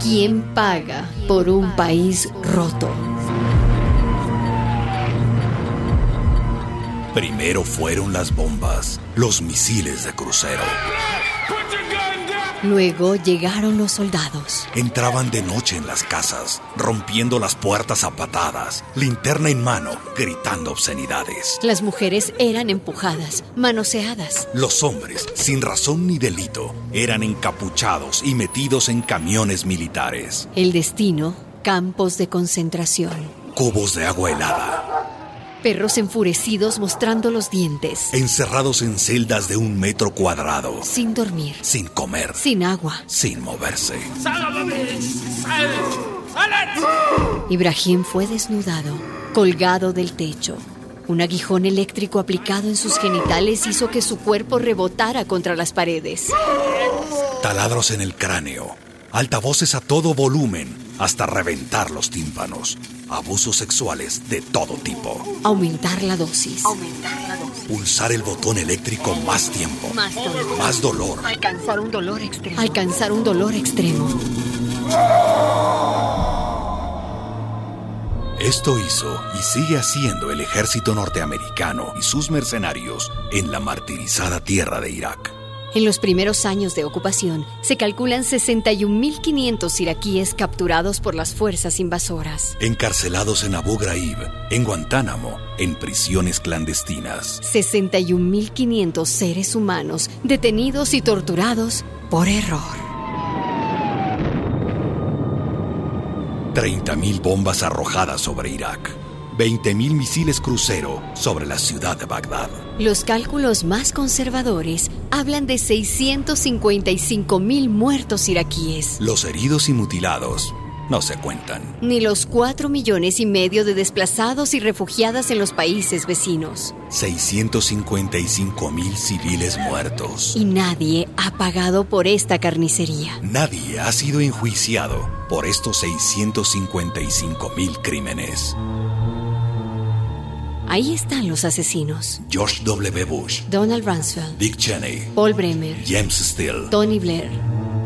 ¿Quién paga por un país roto? Primero fueron las bombas, los misiles de crucero. Luego llegaron los soldados. Entraban de noche en las casas, rompiendo las puertas a patadas, linterna en mano, gritando obscenidades. Las mujeres eran empujadas, manoseadas. Los hombres, sin razón ni delito, eran encapuchados y metidos en camiones militares. El destino, campos de concentración. Cubos de agua helada, Perros enfurecidos mostrando los dientes, encerrados en celdas de un metro cuadrado, sin dormir, sin comer, sin agua. sin moverse. Ibrahim fue desnudado, colgado del techo. Un aguijón eléctrico aplicado en sus genitales hizo que su cuerpo rebotara contra las paredes. Taladros en el cráneo, altavoces a todo volumen, hasta reventar los tímpanos, abusos sexuales de todo tipo, Aumentar la dosis. pulsar el botón eléctrico más tiempo, Más dolor. más dolor, Alcanzar un dolor extremo. Alcanzar un dolor extremo. Esto hizo y sigue haciendo el ejército norteamericano y sus mercenarios en la martirizada tierra de Irak. En los primeros años de ocupación, se calculan 61.500 iraquíes capturados por las fuerzas invasoras. Encarcelados en Abu Ghraib, en Guantánamo, en prisiones clandestinas. 61.500 seres humanos detenidos y torturados por error. 30.000 bombas arrojadas sobre Irak. 20.000 misiles crucero sobre la ciudad de Bagdad. Los cálculos más conservadores hablan de 655.000 muertos iraquíes, Los heridos y mutilados no se cuentan. ni los 4 millones y medio de desplazados y refugiadas en los países vecinos. 655.000 civiles muertos. Y nadie ha pagado por esta carnicería. Nadie ha sido enjuiciado por estos 655.000 crímenes. Ahí están los asesinos. George W. Bush, Donald Rumsfeld, Dick Cheney, Paul Bremer, James Steele, Tony Blair.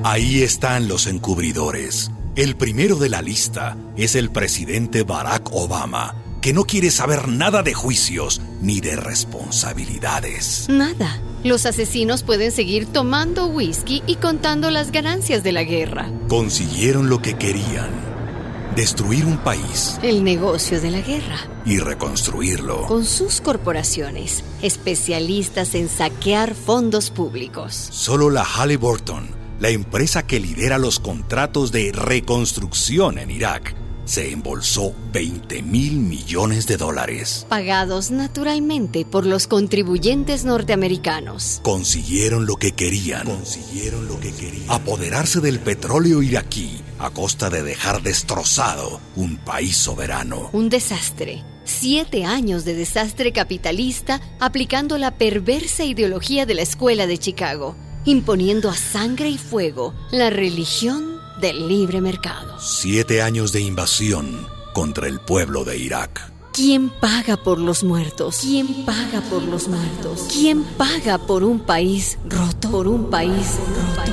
Ahí están los encubridores. El primero de la lista es el presidente Barack Obama, que no quiere saber nada de juicios ni de responsabilidades. Nada. Los asesinos pueden seguir tomando whisky y contando las ganancias de la guerra. Consiguieron lo que querían, destruir un país El negocio de la guerra, y reconstruirlo. con sus corporaciones, especialistas en saquear fondos públicos. Solo la Halliburton, la empresa que lidera los contratos de reconstrucción en Irak, se embolsó 20 mil millones de dólares. Pagados naturalmente por los contribuyentes norteamericanos. Consiguieron lo que querían. Consiguieron lo que querían. Apoderarse del petróleo iraquí a costa de dejar destrozado un país soberano. Un desastre. Siete años de desastre capitalista aplicando la perversa ideología de la escuela de Chicago, imponiendo a sangre y fuego la religión del libre mercado. Siete años de invasión contra el pueblo de Irak. ¿Quién paga por los muertos? ¿Quién paga por los muertos? ¿Quién paga por un país roto? Por un país roto.